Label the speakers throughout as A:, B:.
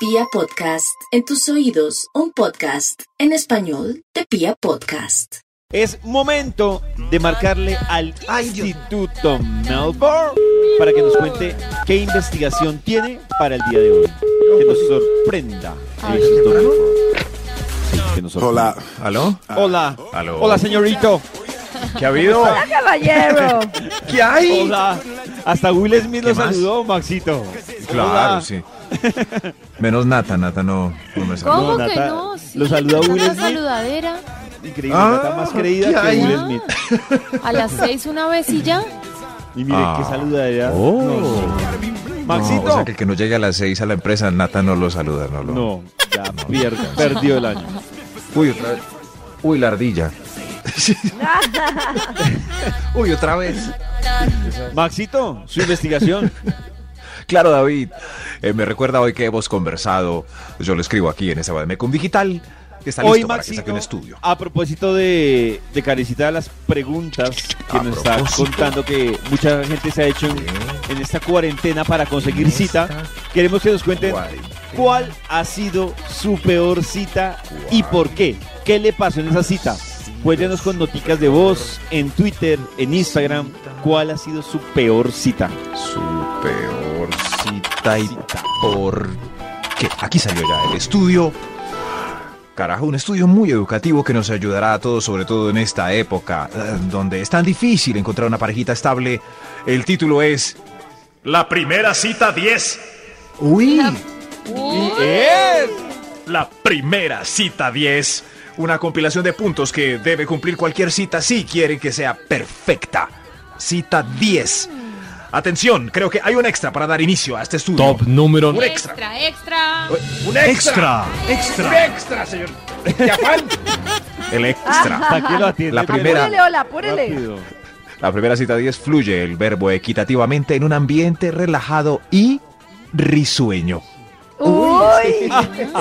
A: Pia Podcast, en tus oídos, un podcast en español de Pia Podcast.
B: Es momento de marcarle al Instituto Melbourne para que nos cuente qué investigación tiene para el día de hoy. Que nos sorprenda. el Instituto Melbourne. Sí, que nos sorprenda.
C: Hola. ¿Aló?
B: Hola.
C: Aló.
B: Hola, señorito.
C: ¿Qué ha habido?
D: caballero.
C: ¿Qué hay?
B: Hola. Hasta Will Smith lo
C: ¿Qué más?
B: saludó, Maxito.
C: Claro,
B: Hola.
C: sí. Menos Nata, Nata no, no me saluda.
E: ¿Cómo
B: No,
E: que
B: Nata,
E: no? Sí.
B: lo saluda Will
E: Una
B: Smith.
E: saludadera.
B: Increíble,
C: Ah,
B: está más creída
C: ¿qué
B: que
C: hay?
B: Will Smith.
E: A las seis una vez y ya.
B: Y miren
C: Ah.
B: qué saluda ella.
C: No,
B: Maxito.
C: o sea, que el que no llegue a las 6 a la empresa, Nata no lo saluda, no lo.
B: No, ya pier- perdió el año.
C: Uy, otra vez. Uy, la ardilla. Uy, otra vez.
B: Maxito, su investigación.
C: Claro, David. eh, me recuerda hoy que hemos conversado. Yo lo escribo aquí en este Bademecum Digital. que Está listo
B: Hoy,
C: para que
B: Maxito,
C: saque un estudio.
B: a propósito de, de Carecita, las preguntas que
C: A
B: nos está
C: propósito.
B: contando que mucha gente se ha hecho en, en esta cuarentena para conseguir
C: En
B: cita,
C: esta
B: queremos que nos cuenten
C: cuarentena.
B: cuál ha sido su peor cita y por qué. ¿Qué le pasó en esa cita? Cuéntenos con noticas de voz en Twitter, en Instagram, cuál ha sido su peor cita.
C: Su peor cita y por qué. Aquí salió ya el estudio. Carajo, un estudio muy educativo que nos ayudará a todos, sobre todo en esta época eh, donde es tan difícil encontrar una parejita estable. El título es.
F: La primera cita 10.
C: ¡Uy!
F: La primera cita 10.
C: Una compilación de puntos que debe cumplir cualquier cita si quieren que sea perfecta. Cita 10. Atención, creo que hay un extra para dar inicio a este estudio.
F: número
C: Un extra.
E: Extra, extra.
C: Un
F: Extra.
C: Un extra, señor. ¿Qué afán? El extra.
B: ¿Para qué lo atiende?
C: La primera.
D: Púrele, hola, púrele.
B: Rápido.
C: La primera cita 10 fluye el verbo equitativamente en un ambiente relajado y risueño.
D: Uy,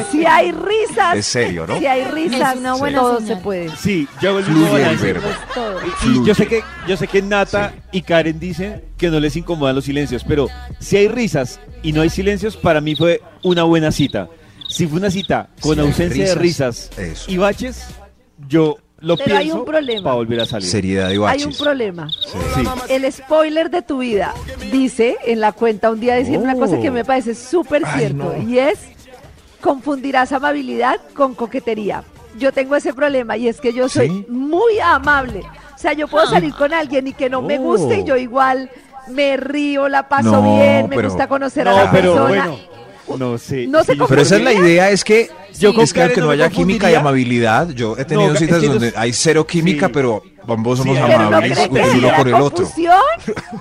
D: si hay risas.
C: Es serio, ¿no?
D: Si hay risas,
E: Es una buena
D: todo
E: señal.
D: se puede. Pues
B: Sí, yo el mismo
C: Fluye el
B: balance.
C: verbo.
D: Todo.
B: Y
C: Fluye.
B: yo sé que yo sé que Nata y Karen dicen que no les incomodan los silencios, pero si hay risas y no hay silencios, para mí fue una buena cita. Si fue una cita con
C: Si hay
B: ausencia
C: risas,
B: de risas
C: eso.
B: y baches, yo lo
D: Pero hay
B: pienso
D: un problema.
B: para volver a salir.
C: Seriedad y
D: Hay un
C: baches.
D: problema.
B: Sí.
D: El spoiler de tu vida dice en la cuenta un día decir una cosa que me parece súper
C: Oh. Ay,
D: cierto
C: no.
D: y es confundirás amabilidad con coquetería. Yo tengo ese problema y es que yo soy
C: ¿Sí?
D: muy amable. O sea, yo
E: Ah.
D: puedo salir con alguien y que no me guste y yo igual me río, la paso
C: Oh. No,
D: bien, me
C: pero-
D: gusta conocer a
B: No,
D: la
B: pero
D: persona.
B: bueno, no sé.
D: No
B: es que
D: se
B: yo-
C: Pero esa es la idea, es que
B: Yo con
C: es que aunque
B: Karen
C: no
B: no
C: haya
B: me
C: química y
B: confundiría.
C: amabilidad, yo he tenido
B: No,
C: citas
B: es que
C: donde
B: ellos-
C: hay cero química,
B: Sí.
C: pero ambos somos
B: Sí,
D: Pero no
B: amables,
D: crees
C: amables
D: que
B: uno
C: el uno
D: genera
C: con el otro.
D: confusión?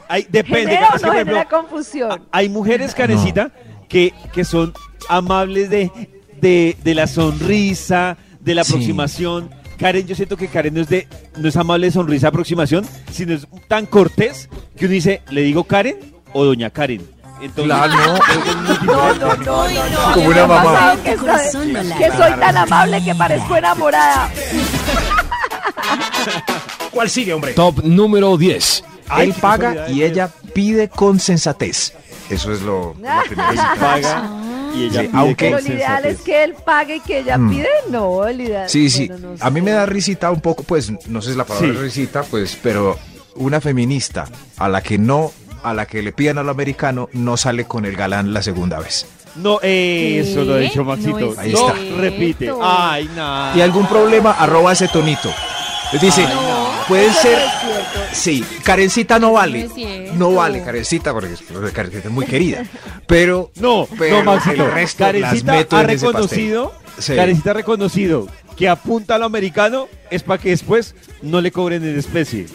B: Ay, depende. es
D: ¿Genera o
B: que,
D: no
B: por ejemplo,
D: genera confusión?
B: Ah, Hay mujeres, Karencita, que, que son amables de, de, de la sonrisa, de la
C: Sí.
B: aproximación. Karen, yo siento que Karen no es, de, no es amable de sonrisa, aproximación, sino es tan cortés que uno dice, ¿le digo Karen o doña Karen? Entonces,
C: Claro, no.
D: No, no, no, no, no.
C: Como
D: Me
C: una
D: ha
C: mamá.
D: pasado Que,
E: Corazón no
D: soy,
E: late.
D: que soy tan amable que parezco enamorada.
F: ¿Cuál sigue, hombre?
G: Top número 10.
B: Ay,
C: Él
B: qué
C: paga
B: casualidad,
C: y
B: qué
C: ella pide con sensatez. Eso es lo la
D: Ah.
C: primera
B: Él
C: cita.
B: paga y ella
C: Sí,
B: pide
C: aunque-
D: Pero
B: con
D: el ideal es
B: sensatez.
D: que él pague y que ella
C: Mm.
D: pide. No, el ideal.
C: Sí, sí.
D: bueno, no
C: A mí
D: sé.
C: me da risita un poco, pues, no sé si la palabra
B: Sí.
C: es risita, pues, pero una feminista a la que no, a la que le pidan a lo americano, no sale con el galán la segunda vez.
B: No, eh, eso lo ha dicho
E: No
B: Maxito.
E: es
C: Ahí
B: No,
E: cierto.
B: repite. Ay, nada.
C: Y algún problema, arroba ese tonito. Dice, puede
D: Eso
C: ser,
D: no es cierto.
C: sí, Karencita no vale.
E: es cierto.
C: No vale Karencita, porque es- Karencita es muy querida. Pero,
B: No,
C: pero
B: no, Maxito.
C: el resto las
B: Karencita
C: meto
B: ha
C: en ese pastel.
B: reconocido,
C: Sí.
B: Karencita ha reconocido que apunta a lo americano es para que después no le cobren en especie.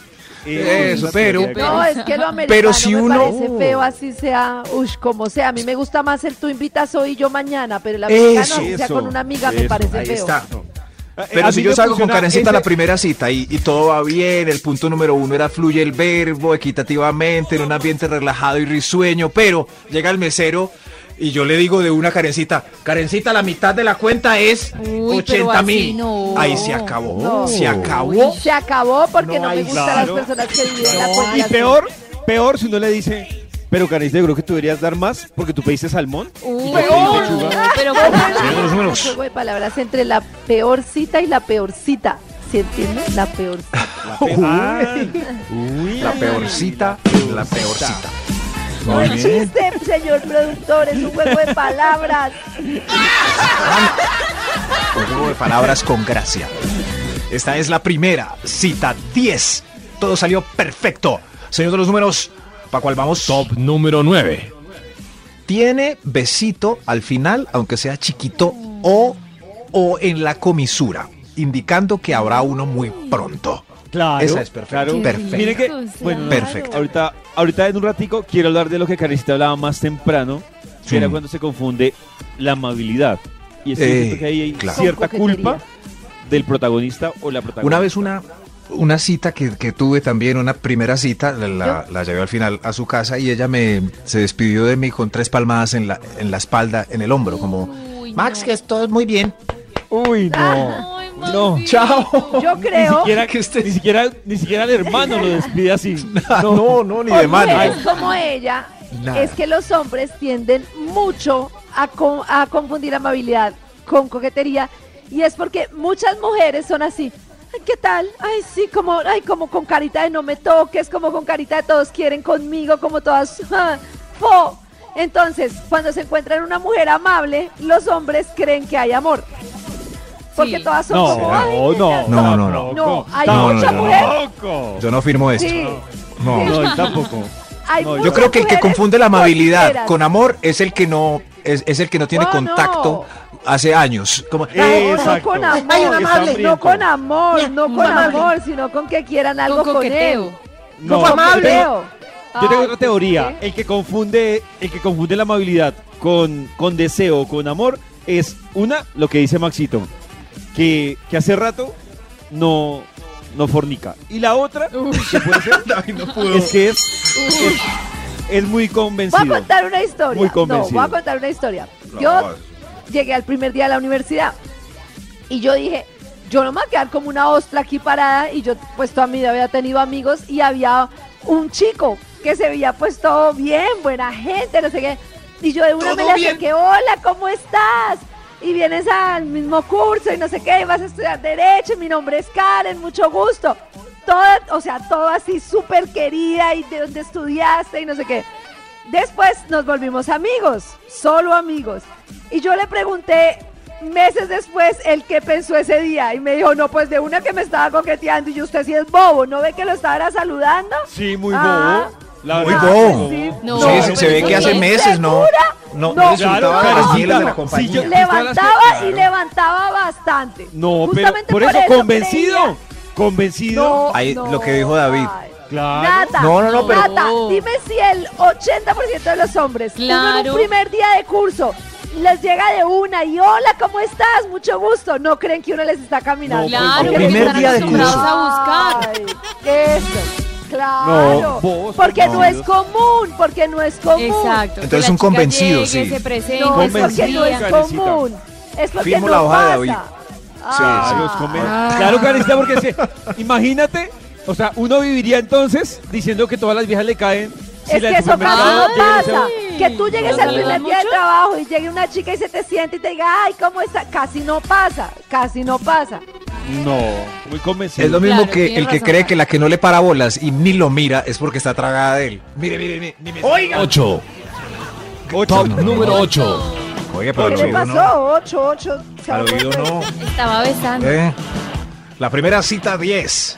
B: Eh,
C: Eso,
B: es una teoría
C: pero-
B: que-
D: No, es que lo americano
C: Pero si
D: me
C: uno-
D: parece feo, así sea, ush, como sea. A mí me gusta más el tú invitas hoy y yo mañana, pero el americano,
C: Eso,
D: así sea con una amiga, me
B: eso,
D: parece
C: Ahí
D: feo.
C: está.
B: A- a
C: Pero si
B: mí
C: yo
B: me
C: salgo con
B: funciona
C: Karencita a
B: ese-
C: la primera cita y, y todo va bien, el punto número uno era fluye el verbo equitativamente en un ambiente relajado y risueño, pero llega el mesero y yo le digo de una Karencita, Karencita la mitad de la cuenta es
E: Uy,
C: 80
E: pero así
C: mil.
E: no.
C: Ahí se acabó,
D: No.
C: se acabó.
D: Uy, Se acabó porque
C: No
D: no,
C: hay-
D: me gustan
B: Claro.
D: las personas que viven la cuenta.
B: Y
D: así.
B: peor, peor si uno le dice, pero Karencita, yo creo que tú deberías dar más porque tú pediste salmón.
E: Uy,
B: yo pedí
E: no,
B: lechuga.
E: pero Pero bueno,
C: Señor los
D: Un
C: números.
D: juego de palabras entre la peor cita y la peor cita. ¿Sí entiendes? La peor cita.
B: Uy.
C: La peorcita, la peorcita.
D: No es chiste, señor productor, es un juego de palabras.
C: Un juego de palabras con gracia. Esta es la primera cita 10. Todo salió perfecto. Señor de los números, ¿para cuál vamos?
G: Top número 9.
C: Tiene besito al final, aunque sea chiquito o, o en la comisura, indicando que habrá uno muy pronto.
B: Claro.
C: Esa es perfecta.
B: claro.
C: Perfecta.
B: Mire que,
E: Claro.
B: bueno, no,
C: Perfecta.
B: ahorita, ahorita en un ratico quiero hablar de lo que Carista hablaba más temprano, que
C: Sí.
B: era cuando se confunde la amabilidad. Y es que
C: Eh,
B: yo siento que ahí hay
C: claro.
B: cierta
D: Con coquetería.
B: culpa del protagonista o la protagonista.
C: Una vez una, una cita que, que tuve también, una primera cita, la, la- la llevé al final a su casa y ella me se despidió de mí con tres palmadas en la, en la espalda, en el hombro, como
E: Uy,
C: Max,
E: no.
C: que es todo muy bien.
B: Uy,
D: Ah,
B: no.
E: Ay,
B: No.
E: Maxito.
C: Chao.
D: Yo creo.
B: Ni siquiera,
C: que este-
B: ni, siquiera, ni siquiera el hermano lo despide así.
C: No, no, ni
D: o
C: de mano.
D: mujeres como ella,
C: Nada.
D: es que los hombres tienden mucho a, co- a confundir amabilidad con coquetería y es porque muchas mujeres son así. "Ay, ¿Qué tal? Ay, sí, como, ay, como con carita de no me toques, como con carita de todos quieren conmigo, como todas. ah, fo". Entonces, cuando se encuentran una mujer amable, los hombres creen que hay amor. Porque
E: Sí.
D: todas son
B: No,
D: como. "Ay,
B: no, no,
C: No, no, no.
D: No, hay
C: No, no,
D: mucha
C: no.
D: mujer.
B: Tampoco.
C: Yo no firmo esto.
D: Sí,
C: No.
B: No, él tampoco.
D: hay
B: No, yo
C: Yo
D: muchas
C: creo que el que
D: mujeres
C: confunde la amabilidad
D: coqueteras.
C: con amor es el que no es, es el que no tiene
D: Oh, No,
C: contacto hace años. Como, eh,
D: No, no
B: Exacto.
D: con
B: Hay un
D: amor,
B: amable.
D: no con amor, no
E: un
D: con
E: amable.
D: amor, sino con que quieran algo
E: Con
D: con, él.
E: coqueteo.
B: No,
D: Con
B: yo tengo-
D: coqueteo.
B: Yo tengo
E: Ay,
B: otra teoría. El que confunde, el que confunde la amabilidad con, con deseo, con amor, es una, lo que dice Maxito, que, que hace rato no, no fornica. Y la otra, que puede ser, es que es, es, es muy
D: Voy a
B: convencido.
D: contar una historia.
B: Muy
D: no, voy
B: convencido.
D: a contar una historia. Yo llegué al primer día de la universidad y yo dije, yo no me voy a quedar como una ostra aquí parada y yo pues toda mi vida había tenido amigos y había un chico que se veía pues todo bien, buena gente, no sé qué. Y yo de una me le acerqué, hola, ¿cómo estás? Y vienes al mismo curso y no sé qué, y vas a estudiar Derecho, y mi nombre es Karen, mucho gusto. Toda, o sea, todo así súper querida y de donde estudiaste y no sé qué. Después nos volvimos amigos, solo amigos. Y yo le pregunté meses después el qué pensó ese día. Y me dijo, no, pues de una que me estaba coqueteando. Y yo, usted sí es bobo, ¿no ve que lo estaba saludando?
B: Sí, muy bobo.
D: Ah.
B: La
C: Muy
B: verdad.
C: bobo.
D: Sí,
E: No,
C: Sí, se, se ve
E: pero
C: que hace
E: ¿segura?
C: meses no no, no disfrutaba
D: No.
C: de
B: Claro,
C: las
B: pero
C: mieles de la
B: sí,
C: compañía.
B: sí, yo-
D: Levantaba y
B: Claro.
D: levantaba bastante.
B: No, pero
D: Justamente
B: por eso,
D: que
B: convencido.
D: leía.
B: Convencido.
D: No,
C: Ahí,
D: no,
C: lo que dijo David.
D: ay.
B: Claro.
D: Nata,
C: No, no, no, pero-
D: Nata, dime si el 80% de los hombres, uno en
E: Claro.
D: un primer día de curso, les llega de una y hola, ¿cómo estás? Mucho gusto. No creen que uno les está caminando.
B: No,
E: Claro,
C: pues, el
E: porque
C: primer
E: están
C: día de
E: acostumbrados
C: curso.
E: a buscar.
D: Ay, eso, claro.
B: No,
C: pues,
B: vos,
D: porque no,
B: no.
D: es común, porque no es común.
E: Exacto.
C: Entonces
E: que
C: un
E: la chica
C: convencido,
E: llegue,
C: sí.
E: Se presente,
D: No, es porque
B: Convencido,
D: no es
B: Karencita.
D: común. Es porque
C: Firmo
D: no
C: la hoja de
D: pasa.
C: David.
D: Ah.
B: Claro, es conven- Claro, Carista, porque se- imagínate, o sea, uno viviría entonces diciendo que todas las viejas le caen. si
D: Es
B: la
D: que
B: del
D: eso casi
B: supermercado
D: no
B: tiene ese-
D: pasa. Que tú llegues
E: ¿No
D: al primer
E: saludan
D: día de
E: mucho?
D: trabajo y llegue una chica y se te siente y te diga, ay, ¿cómo está? Casi no pasa, casi no pasa.
B: No, muy convencido.
C: es lo mismo
E: Claro,
C: que
E: tiene
C: el que
E: razón,
C: cree
E: Juan.
C: que la que no le para bolas y ni lo mira es porque está tragada de él. Mire, mire, mire. mire.
D: Oh.
F: Oiga.
G: 8.
B: Ocho.
G: Top número 8.
C: Oiga, pero
D: ¿Qué
C: al
D: le
C: oído no.
D: pasó? Ocho, ocho.
C: Al oído no.
E: Estaba besando.
C: Eh. La primera cita 10.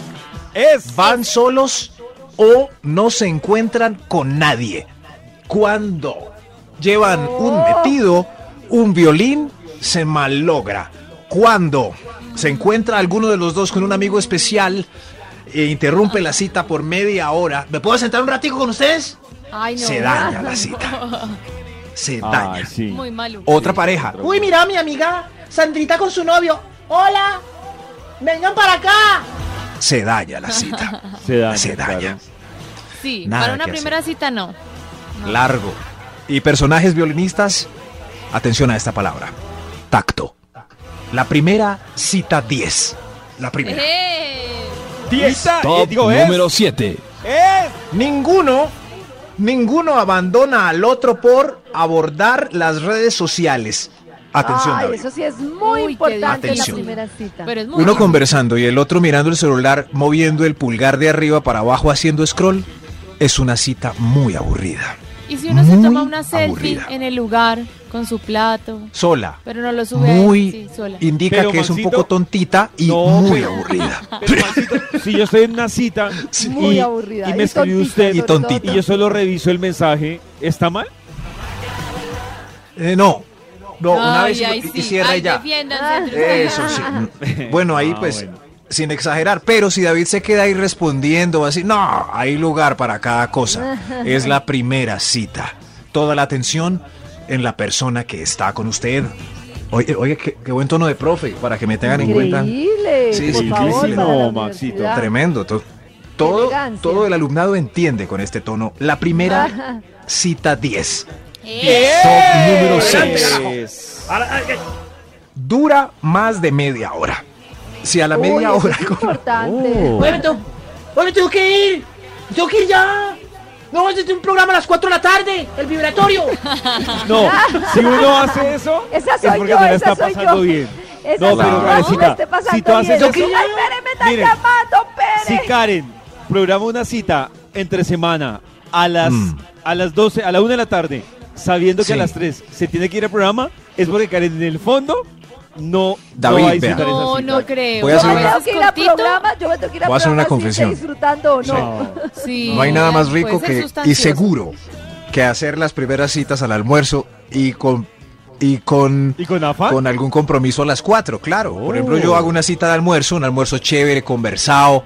B: Es
C: ¿Van solos o no se encuentran con nadie? Cuando llevan
B: Oh.
C: un metido, un violín, se malogra. Cuando se encuentra alguno de los dos con un amigo especial e interrumpe la cita por media hora. ¿Me puedo sentar un ratico con ustedes?
E: Ay, no.
C: Se daña la cita. Oh, Se
B: Ay,
C: daña.
B: sí.
E: Muy malo.
C: Otra pareja.
H: Uy, mira mi amiga Sandrita con su novio. Hola, vengan para acá.
C: Se daña la cita.
B: Se daña.
C: Se daña.
B: claro.
E: Sí,
C: Nada
E: para una
C: que hacer.
E: primera cita no.
C: largo. Y personajes violinistas, atención a esta palabra, tacto. La primera cita 10. La primera.
E: Eh,
B: Dieta, eh,
G: Top
B: digo, es,
G: número 7.
B: es.
C: Ninguno, ninguno abandona al otro por abordar las redes sociales. Atención,
D: Ay,
C: David.
D: eso sí es muy
E: Uy, qué
D: importante en la
C: Atención.
D: primera cita.
E: Pero es muy
C: Uno conversando y el otro mirando el celular, moviendo el pulgar de arriba para abajo haciendo scroll, es una cita muy aburrida.
E: Y si uno se
C: muy
E: toma una selfie
C: aburrida.
E: en el lugar con su plato,
C: Sola.
E: pero no lo sube ahí,
C: Muy
E: sí, sola.
C: indica
B: Pero,
C: que es un
B: Maxito,
C: poco tontita y
B: no,
C: muy
B: pero-
C: aburrida.
B: Pero, Maxito, si yo estoy en una cita y,
D: muy aburrida.
B: y me escribe
D: tontita,
B: usted
C: Y
D: sobre todo.
C: tontita.
B: y yo solo reviso el mensaje, ¿está mal?
C: Eh, no. No, una
E: Ay,
C: vez y-
E: ay,
C: y,
E: sí.
C: cierra
E: Ay,
C: y ya.
E: defiéndanse entre
C: Eso
E: ustedes.
C: sí. Bueno, ahí
B: Ah,
C: pues,
B: bueno.
C: sin exagerar, pero si David se queda ahí respondiendo así, no, hay lugar para cada cosa. Es la primera cita. Toda la atención en la persona que está con usted. Oye, oye qué, qué buen tono de profe, para que me tengan en cuenta.
D: Increíble.
C: Sí,
D: por
C: sí,
D: favor,
C: sí, sí.
D: para la
B: No,
D: universidad.
B: Maxito.
C: Tremendo. to- todo,
D: elegancia.
C: todo el alumnado entiende con este tono. La primera cita 10.
E: Eh,
C: Top número
F: Adelante,
C: 6.
F: carajo.
B: Es-
F: Ahora, ay, ay.
C: Dura más de media hora. Si a la
D: Uy,
C: media
D: eso
C: hora...
D: Es importante.
B: Oh.
H: Bueno, tengo, bueno, tengo que ir. Tengo que ir ya. No, este es un programa a las 4 de la tarde. El vibratorio.
B: No, si uno hace eso,
D: Esa
B: es
D: soy
B: porque
D: yo,
B: se la
D: esa
B: está
D: soy
B: pasando
D: yo.
B: bien.
D: Esa
B: no,
D: soy
B: pero
D: yo,
B: Karencita,
D: me esté pasando
B: si tú haces
D: bien.
B: eso,
D: Ay, Pérez, me están
B: Miren,
D: llamando,
B: si
D: Pérez.
B: Karen programa una cita entre semana a las,
C: Mm.
B: a las 12, a la 1 de la tarde, sabiendo que a
C: Sí.
B: las 3 se tiene que ir al programa, es porque Karen en el fondo no,
C: David,
B: no va a
C: vea.
B: disfrutar esa
E: No,
B: cita.
E: no creo.
C: Voy a hacer
E: ¿A
D: yo me
C: una-
E: veces
D: tengo que ir a
E: cortito?
D: programa, yo me tengo que ir a
C: Voy a hacer una
D: programa, si estoy
C: confesión.
D: disfrutando o no.
E: Sí,
C: No hay nada más
E: puede
C: rico
E: ser
C: que y
E: sustancioso.
C: seguro que hacer las primeras citas al almuerzo y con y con
B: ¿Y con AFA?
C: con algún compromiso a las 4, claro. Por ejemplo, yo hago una cita de almuerzo, un almuerzo chévere, conversado.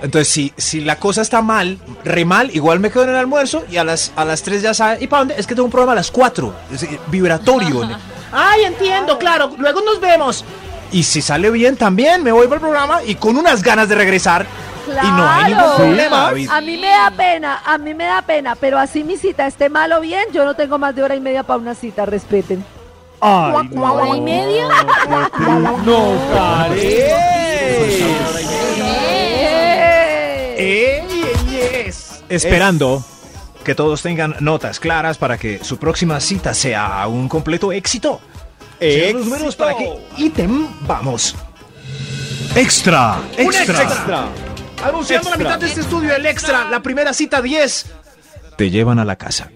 C: Entonces, si, si la cosa está mal, re mal, igual me quedo en el almuerzo y a las, a las 3 ya sabe, ¿y para dónde? Es que tengo un programa a las 4, es, eh, vibratorio.
H: Ay, entiendo, claro. Luego nos vemos.
C: y si sale bien también, me voy para el programa y con unas ganas de regresar. Y no hay ningún
D: Claro.
C: problema, David.
D: A mí me da pena, a mí me da pena, pero así mi cita esté mal o bien, yo no tengo más de hora y media para una cita, respeten.
E: Ah.
B: Ay, no.
E: ¿Hora y media?
B: No, Karen.
D: ¡Eh!
C: Esperando que todos tengan notas claras para que su próxima cita sea un completo éxito. Señor, los números para que ítem vamos. Extra, extra.
B: Extra.
C: Anunciando
B: Extra.
C: la mitad de este estudio, el extra, la primera cita 10. Te llevan a la casa.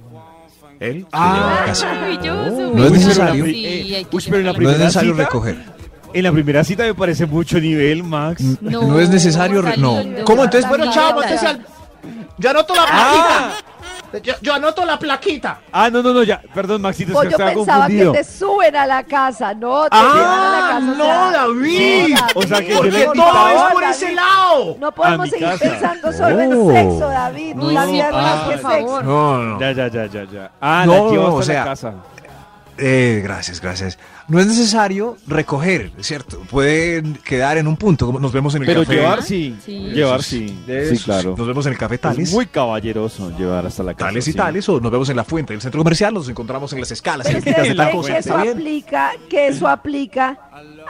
C: Él te lleva a la casa.
E: Maravilloso.
C: No es
E: Uy,
C: necesario.
E: pero la- sí, hay que
B: Uy, Eh, pues, pero la
E: llevarla.
C: No
B: primera
C: es necesario
B: cita?
C: recoger. Mm.
B: En la primera cita me parece mucho nivel, Max.
E: No,
C: No es necesario. re- No.
E: saliendo.
C: ¿Cómo entonces? Bueno,
H: Bueno, chao, móntese al- Yo anoto la
B: Ah.
H: plaquita. Yo, yo anoto la plaquita.
B: Ah, no, no, no, ya. Perdón, Maxito, es
D: Pues
B: que
D: yo
B: estaba
D: pensaba
B: confundido.
D: que te suben a la casa, no, te
H: Ah,
D: llevan a la casa. o
H: no,
D: sea,
H: David.
B: O sea, que yo le he
H: Porque todo es
B: invitado-
H: por ese lado.
D: No
B: A mi
D: podemos seguir
B: casa.
D: pensando solo
C: Oh.
D: en sexo, David.
E: Uy,
D: la pues,
E: sí,
D: vida es
E: ah,
D: más que
E: por
D: sexo.
E: favor.
C: No, no.
B: Ya, ya, ya, ya, ya. Ah,
C: No,
B: la llevamos
C: no, o
B: a
C: sea,
B: la casa.
C: Eh, gracias, gracias. No es necesario recoger, ¿cierto? Pueden quedar en un punto, como nos vemos en el
B: Pero
C: café.
B: llevar sí.
E: Sí.
B: Llevar sí.
C: Eso
B: Sí, claro.
C: Nos vemos en el café
B: Es
C: Tales.
B: muy caballeroso llevar hasta la casa.
C: Tales y
B: sí.
C: tales, o nos vemos en la fuente del centro comercial, nos encontramos en las escalas, en
D: Pero
C: las tiendas de
D: ustedes
C: tal
D: creen que
C: cosa.
D: Este eso
C: ¿Está bien?
D: aplica, que eso aplica.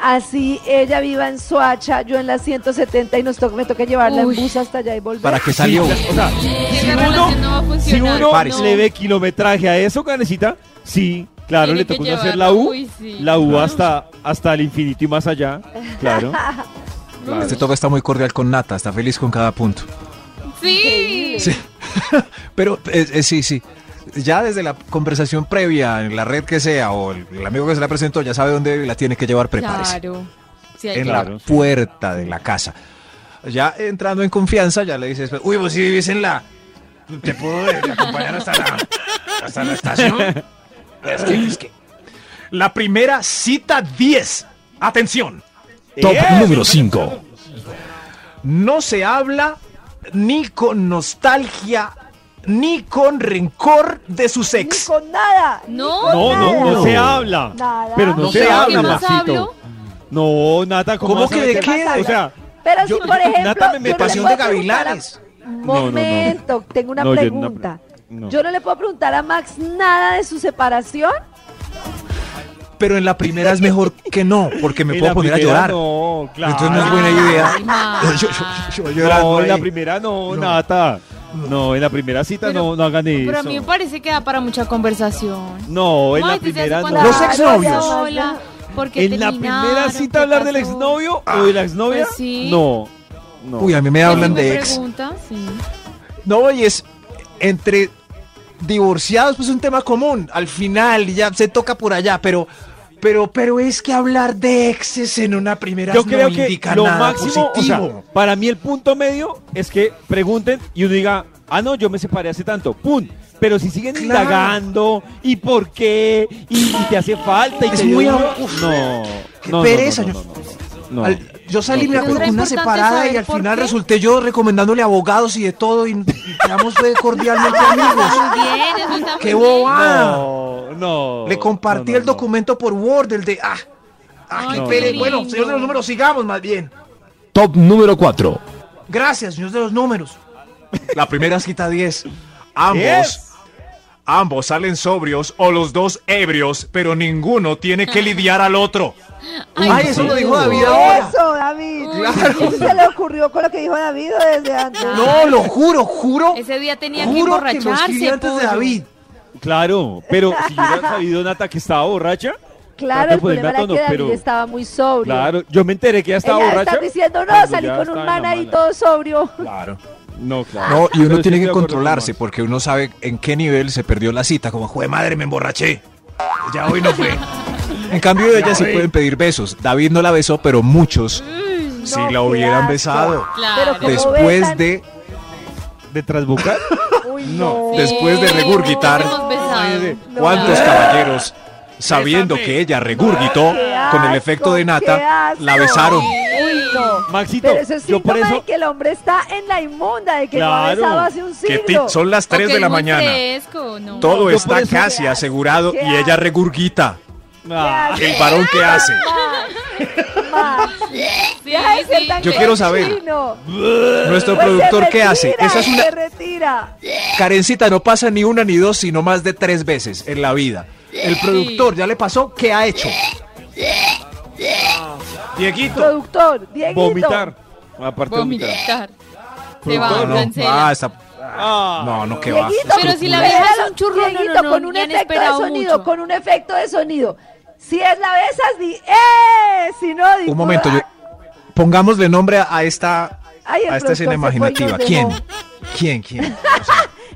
D: Así ella viva en Soacha, yo en la 170 y nos toca, me toca llevarla
E: Uy.
D: en bus hasta allá y volver.
C: ¿Para qué salió?
B: O sea,
E: Si
B: si
E: la relación no va a
B: uno, si
E: funcionar,
B: uno
C: Parece.
B: le ve kilometraje a eso, Canecita, sí, claro,
E: Tiene
B: le
E: que
B: tocó uno hacer
E: llevarla,
B: la U.
E: uy, sí.
B: La U
E: Claro.
B: hasta, hasta el infinito y más allá. Claro. Claro.
C: Este toque está muy cordial con Nata, está feliz con cada punto.
E: Sí.
C: Sí. Pero eh, eh, sí, sí. Ya desde la conversación previa, en la red que sea, o el, el amigo que se la presentó, ya sabe dónde la tiene que llevar, prepárese.
E: Claro. Sí,
D: Eh,
E: hay
C: en
E: que-
B: Claro,
C: la
B: sí.
C: puerta de la casa. Ya entrando en confianza, ya le dices, uy, vos si vivís en la... Te puedo eh, acompañar hasta la, hasta la estación.
F: Es que, es que- La primera cita 10. Atención.
G: Top número 5.
C: Eh, No se habla ni con nostalgia, ni con rencor de sus
D: Ni
C: ex.
D: con nada.
E: No.
B: No, no, no se habla.
D: Nada.
B: Pero no,
C: No
B: se,
C: se
B: habla,
C: habla.
B: Maxito. No, Nata, ¿cómo,
C: ¿Cómo
B: vas a
C: que de
B: meter-
C: qué?
B: O sea,
D: Pero
B: Yo-
D: si, por ejemplo,
B: Nata me
D: yo no le
C: Pasión
D: puedo
C: de gavilanes.
D: preguntar a- Un
B: No, no, no.
D: Momento, tengo una
B: No, yo no-
D: pregunta.
B: no.
D: Yo no le puedo preguntar a Max nada de su separación.
C: Pero en la primera es mejor que no, porque me
B: en
C: puedo
B: la
C: poner a
B: primera
C: llorar.
B: No, claro.
C: Entonces no es buena idea.
E: Ay, ma.
C: Yo, yo- yo- yo
B: No,
C: llorando
B: en la
C: ahí.
B: primera no,
C: No.
B: Nata. No, en la primera cita
E: Pero-
B: no, no hagan eso.
E: Pero a mí me parece que da para mucha conversación.
B: No, en la
E: Ay, ¿te sabes
B: primera
E: cuando
B: no.
C: Los
E: hablas
C: exnovios.
E: sola? ¿Por qué
B: En la
E: terminaron?
B: primera
E: ¿Qué
B: cita hablar del
E: pasó?
B: exnovio o de la exnovia?
E: Pues sí.
B: No. No.
C: Uy, a mí me
E: Pues
C: hablan
E: si me
C: de ex.
E: pregunta, sí.
C: No, y es entre divorciados, pues es un tema común. Al final ya se toca por allá, pero, pero, pero es que hablar de exes en una primera
B: Yo
C: no
B: creo que
C: indica
B: lo
C: nada
B: máximo, o sea,
C: positivo.
B: para mí el punto medio es que pregunten y uno diga, ah, no, yo me separé hace tanto, ¡pum! Pero si siguen
C: Claro.
B: indagando, ¿y por qué? ¿Y, y te hace falta? ¿Y
C: Es
B: te dio
C: muy
B: duro?
C: ab- uf,
B: no,
C: qué
B: no, no,
C: pereza,
B: no,
C: yo-
B: no, no, no, no.
C: Al- yo salí,
B: No,
C: me
B: no,
C: acuerdo,
E: no.
C: con una
E: Es importante
C: separada y
E: saber
C: al
E: por
C: final
E: qué.
C: resulté yo recomendándole abogados y de todo y, y quedamos fue cordialmente amigos.
E: Muy bien, eso está muy
C: ¡Qué
E: bien.
C: bobada!
B: No, no.
C: Ah. Le
B: No,
C: compartí
B: no,
C: el
B: no.
C: documento por Word, el de... ¡Ah! ah,
E: Ay,
C: qué
B: no,
C: pere-
B: no, no.
C: Bueno, señor de los números, sigamos más bien.
G: Top número 4.
C: Gracias, señor de los números. La primera cita 10. Ambos.
B: Diez.
F: Ambos salen sobrios o los dos ebrios, pero ninguno tiene que lidiar al otro.
C: Ay, eso lo dijo David ahora.
D: Eso, David.
C: Claro.
D: Eso se le ocurrió con lo que dijo David o desde antes.
C: No, lo juro, juro.
E: Ah. Ese día tenía que
C: Juro que lo
E: emborracharse. pues.
C: escribí antes de
E: pollo.
C: David.
B: Claro, pero si yo hubiera sabido, Nata, que estaba borracha,
D: Claro,
B: Trate
D: el
B: de ponerme
D: problema
B: a
D: era que
B: tono,
D: David
B: pero-
D: estaba muy sobrio.
B: claro, yo me enteré que ella estaba
D: Ella
B: borracha.
D: está diciendo, no,
C: pues
B: cuando
D: salí
B: ya
D: con un
B: estaba en
D: man
B: la
D: ahí
B: mala".
D: todo sobrio.
B: Claro. No, claro.
C: No,
B: Pero
C: y uno
B: sí
C: tiene
B: estoy de
C: que
B: acuerdo con
C: controlarse
B: Max.
C: porque uno sabe en qué nivel se perdió la cita. Como, jue madre, me emborraché. Ya hoy no fue. en cambio, de ella sí pueden pedir besos. David no la besó, pero muchos sí
D: no,
C: la
D: qué
C: hubieran
D: asco.
C: besado.
E: Claro.
D: Pero ¿Cómo
C: Después
D: besan?
C: de,
B: ¿De trasbucar?
D: Uy,
B: No,
D: no.
C: después de
E: Sí,
C: regurgitar.
E: nos hemos besado.
D: No.
C: ¿Cuántos
D: Claro.
C: caballeros, sabiendo que ella regurgitó
E: Ah.
D: Qué
C: con el
D: asco,
C: efecto de
D: qué
C: nata,
D: asco.
C: la besaron?
D: Uy, no.
B: Maxito,
D: Pero eso es
B: yo por
D: síntoma
B: eso
D: de que el hombre está en la inmunda, de que no ha
B: Claro.
D: besado hace un
F: Qué
D: siglo.
F: ti- son las 3
E: Porque
F: de la
E: es muy
F: mañana.
E: fresco, no.
F: Todo
B: Yo por
F: está
B: eso-
F: casi asegurado
D: ¿Qué
F: y ella
D: hace?
F: regurgita.
B: Ah,
D: ¿Qué
F: El varón que hace.
D: hace, Max?
E: Sí,
D: Deja de ser
E: sí.
D: tan
C: Ah. Yo quiero saber.
D: cochino.
C: Nuestro
D: Pues se
C: productor, ¿qué hace?
D: retira,
C: Esa es una
D: Se retira.
C: Karencita no pasa ni una ni dos, sino más de tres veces en la vida. El productor ya le pasó, ¿qué ha hecho?
F: Dieguito.
D: Productor, Dieguito.
B: vomitar. Aparte de vomitar.
E: Vomitar. Se va,
B: Productor,
C: No, no,
E: cancela.
C: ah, está- ah, no, no, qué va.
D: Dieguito,
E: Pero si la
D: Espéralo,
E: vieja es un churro, no, no, no,
D: Dieguito, con
E: ya han
D: un efecto de
E: esperado
D: sonido,
E: mucho.
D: con un efecto de sonido. Si es la besas, di ¡eh! Si no, di
C: Un momento, yo, pongámosle nombre a esta,
D: Ay, ah, el
C: a esta escena
D: productor se fue y
C: imaginativa.
D: nos
C: ¿Quién?
D: dejó.
C: ¿Quién? ¿Quién?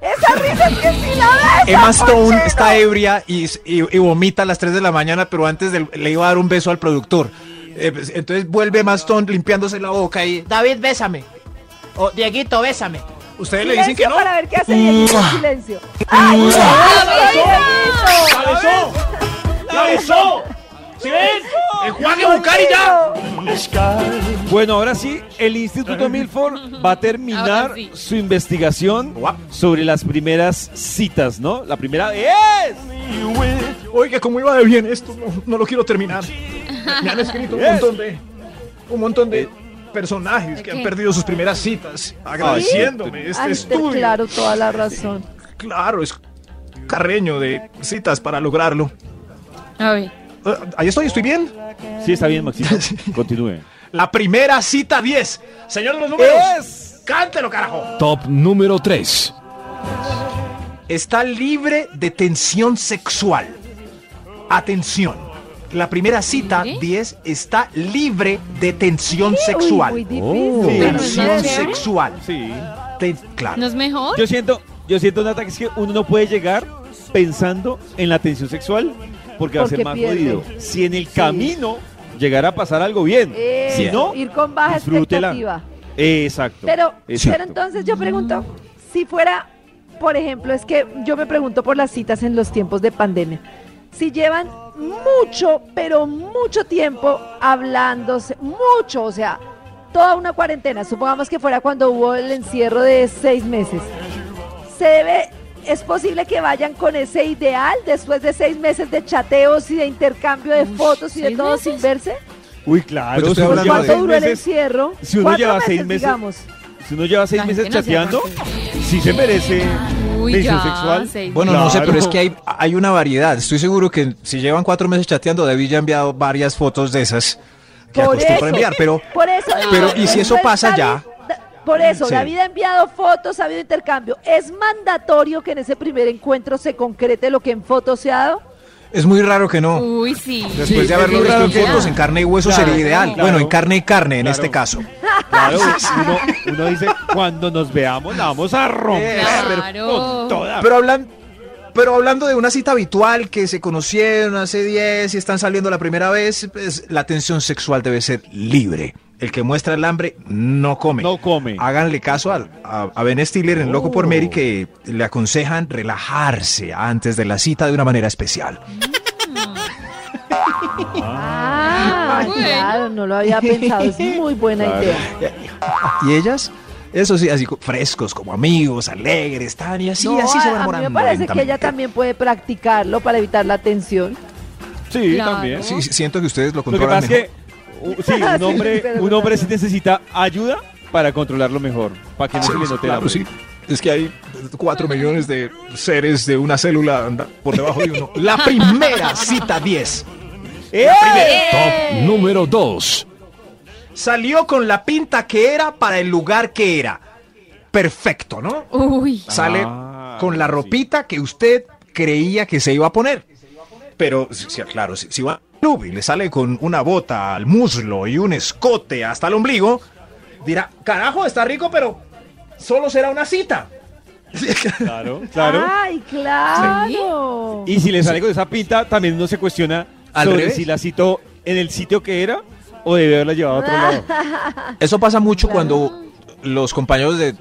D: Esa risa es que si la besas,
C: Emma Stone
D: Ponchero.
C: está ebria y, s- y- y vomita a las 3 de la mañana, pero antes del- le iba a dar un beso al productor. Eh, pues, entonces vuelve Emma Stone limpiándose la boca y...
H: David, bésame. O Dieguito, bésame.
C: Ustedes le dicen
D: Silencio
C: que no.
D: para ver qué hace Dieguito en silencio. ¡Ay, no!
F: ¡La besó! ¡La besó! ¿Sí ven? ¡Enjuague buscar y ya!
B: Bueno, ahora sí, el Instituto Milford va a terminar
E: Ahora sí.
B: su investigación
F: Guap.
B: sobre las primeras citas, ¿no? La primera es...
F: Oiga, ¿cómo iba de bien esto? No, no lo quiero terminar. Me han escrito un
B: Yes.
F: montón de... Un montón de personajes que
E: ¿De
F: han
E: qué?
F: perdido sus primeras citas. Agradeciéndome este
D: Ay, te-
F: estudio.
D: claro, toda la razón.
F: Claro, es carreño de citas para lograrlo.
E: A ver.
F: Eh, Ahí estoy, estoy bien.
B: Sí, está bien, Maxito. Continúe.
F: La primera cita 10. Señor de los números.
B: Es-
F: Cántelo, carajo.
G: Top número 3.
C: está libre de tensión sexual. Atención. La primera cita,
E: ¿Libre?
C: 10, está libre de tensión sexual. Oh.
D: Uy, muy difícil.
B: Sí.
E: Pero
C: Tensión
E: es más chévere.
C: sexual.
B: Sí.
C: Te- claro.
E: ¿No es mejor?
B: Yo siento, yo siento, Nata, que es que uno no puede llegar pensando en la tensión sexual porque va a ser
D: Porque
B: más
D: pierde.
B: jodido. Si en el camino llegara a pasar algo bien.
D: Eh,
B: si no,
D: ir con baja
B: disfrútela.
D: expectativa.
B: Exacto.
D: Pero, pero
B: exacto.
D: entonces yo pregunto, si fuera, por ejemplo, es que yo me pregunto por las citas en los tiempos de pandemia. Si llevan mucho, pero mucho tiempo hablándose, mucho, o sea, toda una cuarentena, supongamos que fuera cuando hubo el encierro de seis meses, se debe, es posible que vayan con ese ideal después de seis meses de chateos y de intercambio de
E: Ush,
D: fotos y de
E: ¿seis
D: todo
E: meses?
D: sin verse.
B: Uy, claro.
C: Pues yo estoy
B: si uno lleva
C: hablando de-
D: ¿Cuánto
B: seis
D: duró el
B: meses-
D: encierro?
B: si uno
D: Cuatro
B: lleva seis meses-
D: digamos.
B: Si uno lleva seis
E: La
B: meses
E: gente no se
B: chateando, sí se merece
E: Uy,
B: tensión
E: ya,
B: sexual.
E: seis
C: Bueno, no sé,
B: Claro.
C: pero es que hay, hay una variedad. Estoy seguro que si llevan cuatro meses chateando, David ya ha enviado varias fotos de esas que
D: Por
C: acostumbra
D: eso.
C: enviar. Pero
D: Por eso.
E: Pero,
D: digo,
C: ¿y si
D: no
C: eso
D: está
C: pasa
D: bien-
C: ya?
D: da- Por eso,
C: Sí.
D: David ha enviado fotos, ha habido intercambio. ¿Es mandatorio que en ese primer encuentro se concrete lo que en fotos se ha dado?
C: Es muy raro que no.
E: Uy, sí.
C: Después de
E: es
C: haberlo
E: muy
C: visto en
E: raro que
C: fotos,
E: no.
C: en carne y hueso
B: Claro,
C: sería ideal.
B: claro.
C: bueno, en carne y carne en
B: Claro.
C: este caso.
B: Claro, uno, uno dice, cuando nos veamos la vamos a romper con
E: Claro.
B: toda.
C: Pero hablan, pero hablando de una cita habitual que se conocieron hace 10 y están saliendo la primera vez, pues, la tensión sexual debe ser libre. El que muestra el hambre no come.
B: No come. Oh.
C: Háganle caso al- a, a Ben Stiller en Loco por Mary que le aconsejan relajarse antes de la cita de una manera especial.
D: Ah,
E: bueno.
D: claro, no lo había pensado. Es muy buena idea.
C: ¿Y ellas? Eso sí, así co- frescos, como amigos, alegres, tan y así,
D: No,
C: así se van
D: a- a mí
C: enamorando
D: me parece que ella
C: lentamente.
D: también puede practicarlo para evitar la tensión.
B: Sí,
E: Claro.
B: también.
C: Sí, sí, siento que ustedes lo
B: Lo que
C: controlan
B: pasa es
C: mejor.
B: que u- sí, un
D: Sí,
B: hombre,
D: pero
B: un hombre sí
D: totalmente.
B: necesita ayuda para controlarlo mejor, para que no se le note la
C: Claro, sí. Es que hay cuatro millones de seres de una célula anda- por debajo de uno. La primera cita 10. Eh,
G: Top número 2.
C: Salió con la pinta que era para el lugar que era. Perfecto, ¿no?
E: Uy.
C: Sale
B: Ah,
C: con la
B: sí.
C: ropita que usted creía que se iba a poner. Pero, sí, sí, claro, si, si va al club y le sale con una bota al muslo y un escote hasta el ombligo, dirá, carajo, está rico, pero solo será una cita.
B: Claro, claro.
D: Ay, claro.
B: Y si le sale con esa pinta, también uno se cuestiona
C: Al
B: sobre
C: revés.
B: si la citó en el sitio que era o debe haberla llevado a otro lado.
C: Eso pasa mucho cuando los compañeros de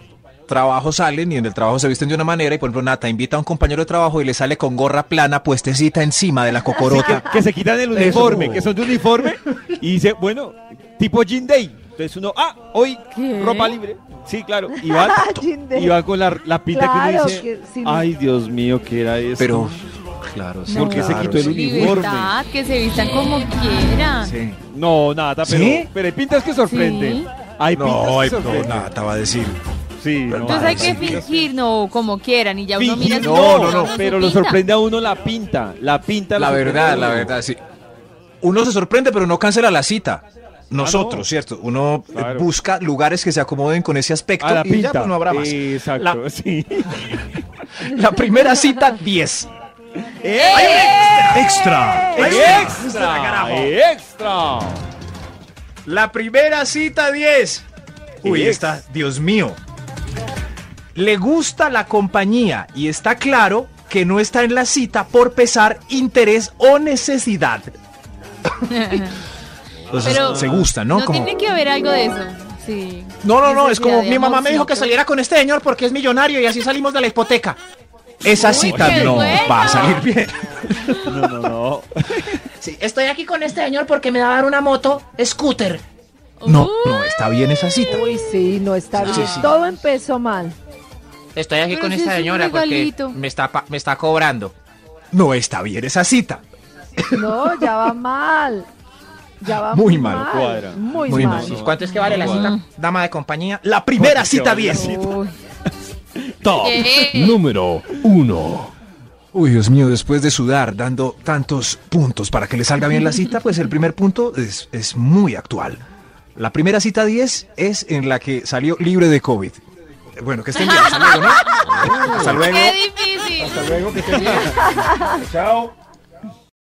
C: trabajo salen y en el trabajo se visten de una manera y por ejemplo Nata invita a un compañero de trabajo y le sale con gorra plana puestecita encima de la cocorota.
B: Que se quitan el
C: Eso.
B: uniforme, que son de uniforme, y dice, bueno, tipo Jean Day. Entonces uno, ah, hoy
E: ¿Qué?
B: ropa libre. Sí, claro. Y va,
D: Jean Day.
B: y va con la, la pinta que uno
D: Claro,
B: dice,
D: que sí.
B: ay, Dios mío, ¿qué era eso?
C: Pero claro, sí,
B: ¿Por qué se
C: claro,
B: quitó el
C: sí.
B: uniforme?
E: Libertad, que se vistan como quieran.
C: Sí.
B: No, nada, pero,
C: ¿Sí?
B: pero hay pintas que sorprenden.
E: Sí.
B: Hay pintas
C: No,
B: que
C: ay, no,
B: sorprenden.
C: Nata va a decir.
B: Sí, no,
E: Entonces hay que
B: sí.
E: fingir, no, como quieran, y ya uno mira.
B: Fingir,
E: su-
B: no,
E: uno
B: no, no,
E: su
B: pero lo
E: pinta.
B: sorprende a uno la pinta, la pinta.
C: La
B: lo sorprende a
C: verdad,
B: uno.
C: la verdad, sí. Uno se sorprende, pero no cancela la cita. Nosotros,
B: Ah, no.
C: ¿cierto? Uno eh,
B: Claro.
C: busca lugares que se acomoden con ese aspecto
B: A Ah, la
C: y
B: pinta. Eh.
C: ya pues, no habrá más.
B: Exacto, sí.
C: La, la primera cita, 10. ¡Eh! ¡Extra! ¡Eh!
B: ¡Extra! ¡Extra!
C: La primera cita 10. Uy,
B: Diez.
C: está, Dios mío. Le gusta la compañía y está claro que no está en la cita por pesar, interés o necesidad. Entonces,
E: Pero
C: Pues se gusta, ¿no?
E: No
C: Como-
E: tiene que haber algo de eso. Sí.
C: no, no, no, es
E: Necesidad
C: como
E: de
C: mi mamá me dijo
E: amorcito.
C: que saliera con este señor porque es millonario y así salimos de la hipoteca. Esa
E: Uy,
C: cita
E: qué
C: no
E: bueno.
C: va a salir bien.
B: No, no, no.
H: Sí, estoy aquí con este señor porque me va a dar una moto scooter.
C: No, no está bien esa cita.
D: Uy, sí, no está bien. Todo empezó mal.
H: Estoy aquí
E: Pero
H: con
E: si
H: esta
E: es un
H: señora porque
E: regalito.
H: me está, pa- me está cobrando.
C: No está bien esa cita.
D: No, ya va mal. Ya va
C: Muy
D: muy,
C: mal,
B: cuadra.
D: Muy,
C: Muy
D: mal.
C: mal.
H: ¿Cuánto es que vale la cita? Dama de compañía.
C: La primera cita
B: vale la
C: 10.
E: Uy.
G: Top
E: Eh.
G: número 1.
C: Uy, Dios mío, después de sudar, dando tantos puntos para que le salga bien la cita, pues el primer punto es, es muy actual. La primera cita 10 es en la que salió libre de COVID. Eh, Bueno, que estén bien. Hasta luego, ¿no? Hasta luego.
E: Qué difícil.
F: Chao.